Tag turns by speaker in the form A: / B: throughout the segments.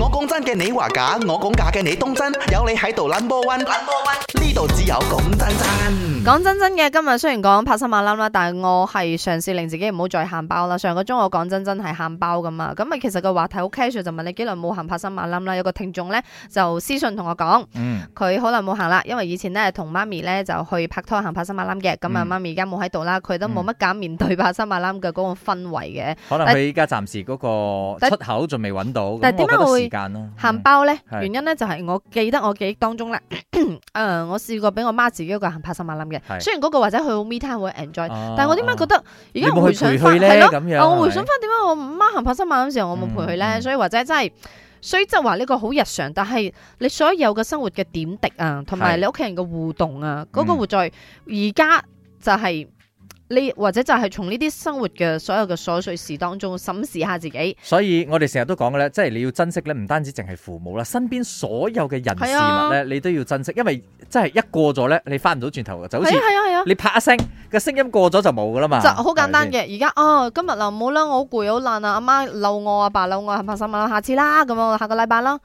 A: 我講真嘅，你話假；我講假嘅，你當真。有你喺度 number one，number one，呢度只有講真真。
B: 講真真嘅，今日雖然講拍心馬冧啦，但係我係嘗試令自己唔好再喊包啦。上個鐘我講真真係喊包噶嘛，咁咪其實個話題好 casual 就問你幾耐冇行拍心馬冧啦。有個聽眾咧就私信同我講，
C: 嗯，
B: 佢好耐冇行啦，因為以前咧同媽咪咧就去拍拖行拍心馬冧嘅，咁啊
C: 嗯
B: 媽咪而家冇喺度啦，佢都冇乜敢面對拍心馬冧嘅嗰個氛圍嘅。
C: 可能
B: 但
C: 佢依家暫時嗰個
B: 但
C: 出口仲未揾到，咁
B: 但係點解
C: 我覺得
B: 會
C: 時間咯，
B: 喊包咧，
C: 係
B: 原因咧就係我記得我記憶當中 咧，誒、我試過俾我媽自己一個人行拍心馬冧嘅，
C: 係
B: 雖然嗰個或者佢好 me time 會 enjoy，
C: 嗯？
B: 但係我點解覺得而
C: 而
B: 家回
C: 冇去
B: 想
C: 陪
B: 翻
C: 佢
B: 係
C: 咧？
B: 咯？
C: 咁樣
B: 啊我回
C: 係
B: 想翻點解我媽行拍心馬嗰時候我冇陪佢咧，
C: 嗯嗯
B: 所以或者真係。雖則話呢個好日常，但係你所有嘅生活嘅點滴啊，同埋
C: 係
B: 你屋企人嘅互動啊，嗰、個
C: 嗯
B: 活在而家就係、你或者就係從呢啲生活嘅所有嘅瑣碎事當中審視下自己，
C: 所以我哋成日都講嘅咧，即係你要珍惜咧，唔單止淨係父母啦，身邊所有嘅人事
B: 係啊
C: 物咧，你都要珍惜，因為真係一過咗咧，你翻唔到轉頭嘅，就好
B: 係啊
C: 似
B: 係啊係啊。
C: 你拍一聲個聲音過咗就冇噶啦嘛，
B: 就好簡單
C: 啊係咪先。
B: 嘅，而家哦，今日啦，唔好啦，我好攰好爛啊，阿媽嬲我，阿爸嬲我，下心啦，下次啦，咁樣下個禮拜啦。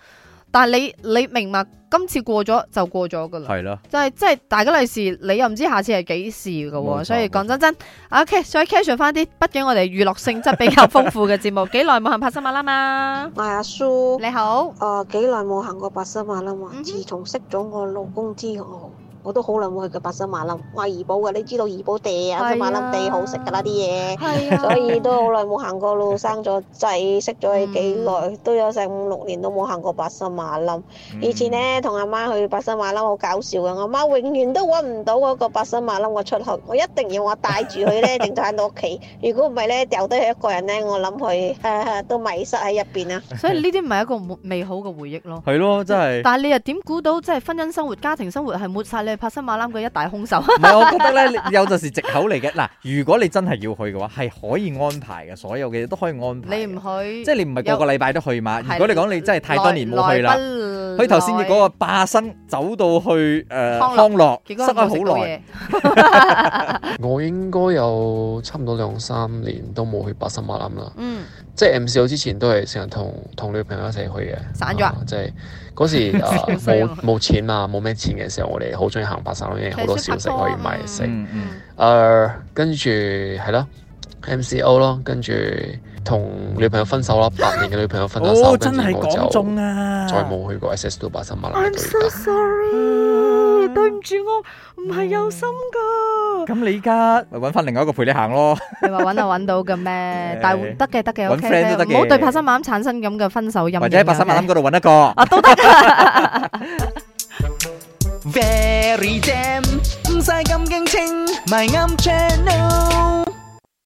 B: 但係你你明白，今次過咗就過咗噶啦，
C: 係咯，
B: 就係即係大家利是，你又唔知下次係幾時噶
C: 冇
B: 喎，
C: 錯
B: 所以講真真，OK，再 casual 翻啲，畢竟我哋娛樂性質比較豐富嘅節目，幾耐冇行拍心馬啦嘛？
D: 我係阿叔，
B: 你好，
D: 誒幾耐冇行過白沙馬啦嘛
B: 嗯嗯？哼
D: 自從識咗我老公之後，我都好耐冇去過白沙馬啦。我係怡保嘅，你知道怡保地啊，白沙馬冧地好食㗎啦啲 嘢，
B: 係
D: 所以都好耐冇行 過路。生咗仔，識咗佢幾耐，
B: 嗯
D: 都有成五六年都冇行過白沙馬冧。以前咧同阿媽去白沙馬騮好搞笑嘅，我媽永遠都揾唔到嗰個白沙馬騮個出口，我一定要我帶住 佢咧，定就喺到屋企。如果唔係咧，掉低佢一個人咧，我諗佢誒都迷失喺入邊啊！
B: 所以呢啲咪一個美好嘅回憶咯。
C: 係咯，真係。
B: 但係你又點估到即係婚姻生活、家庭生活係抹晒你去拍心馬冧嘅一大兇 手？
C: 唔係，我覺得咧，有陣時藉口嚟嘅。嗱，如果你真係要去嘅話，係可以安排嘅，所有嘅嘢都可以安排嘅。
B: 你唔去，
C: 即係你唔係個個禮拜都去嘛？
B: 係嗯
C: 如果你講你真係太多年冇去啦，
B: 耐不
C: 佢頭先嘅嗰個霸生走到去誒
B: 康樂
C: 康樂，
B: 結
C: 失
B: 果佢
C: 咗
B: 冇
C: 好耐。
B: 食
E: 我應該有差唔多兩三年都冇去白沙馬林啦
B: 到嘢，，嗯，
E: 即係 MCO 之前都係成日同同女朋友一齊去嘅。
B: 散咗啊
E: 啊即係 嗰時啊
B: 好衰啊
E: 冇冇錢嘛，冇咩錢嘅時候，我哋好中意行白沙馬林，因為好多小食
B: 啊
E: 可以買嘢食。誒、
C: 嗯嗯，
E: 跟住係咯。MCO 咯，跟住同女朋友分手啦，八年嘅女朋友分咗手，
C: 哦，真
E: 跟住
C: 係
E: 我就
C: 講中啊！
E: 再冇去過 SS 到白沙馬林
B: I'm
E: 到
B: so
E: 而家。
B: sorry，對唔住我唔係有心噶。
C: 咁你而家咪揾翻另外一個陪你行咯。
B: 你話揾就揾到嘅 咩？但係得嘅得嘅
C: 揾
B: OK
C: friend 都得
B: 嘅，
C: 嘅
B: 唔好對拍心馬咁產生咁嘅分手陰影啊。
C: 或者喺白沙馬
B: OK
C: 林嗰度揾一個。
A: Very jam，唔使咁驚青，咪啱 channel。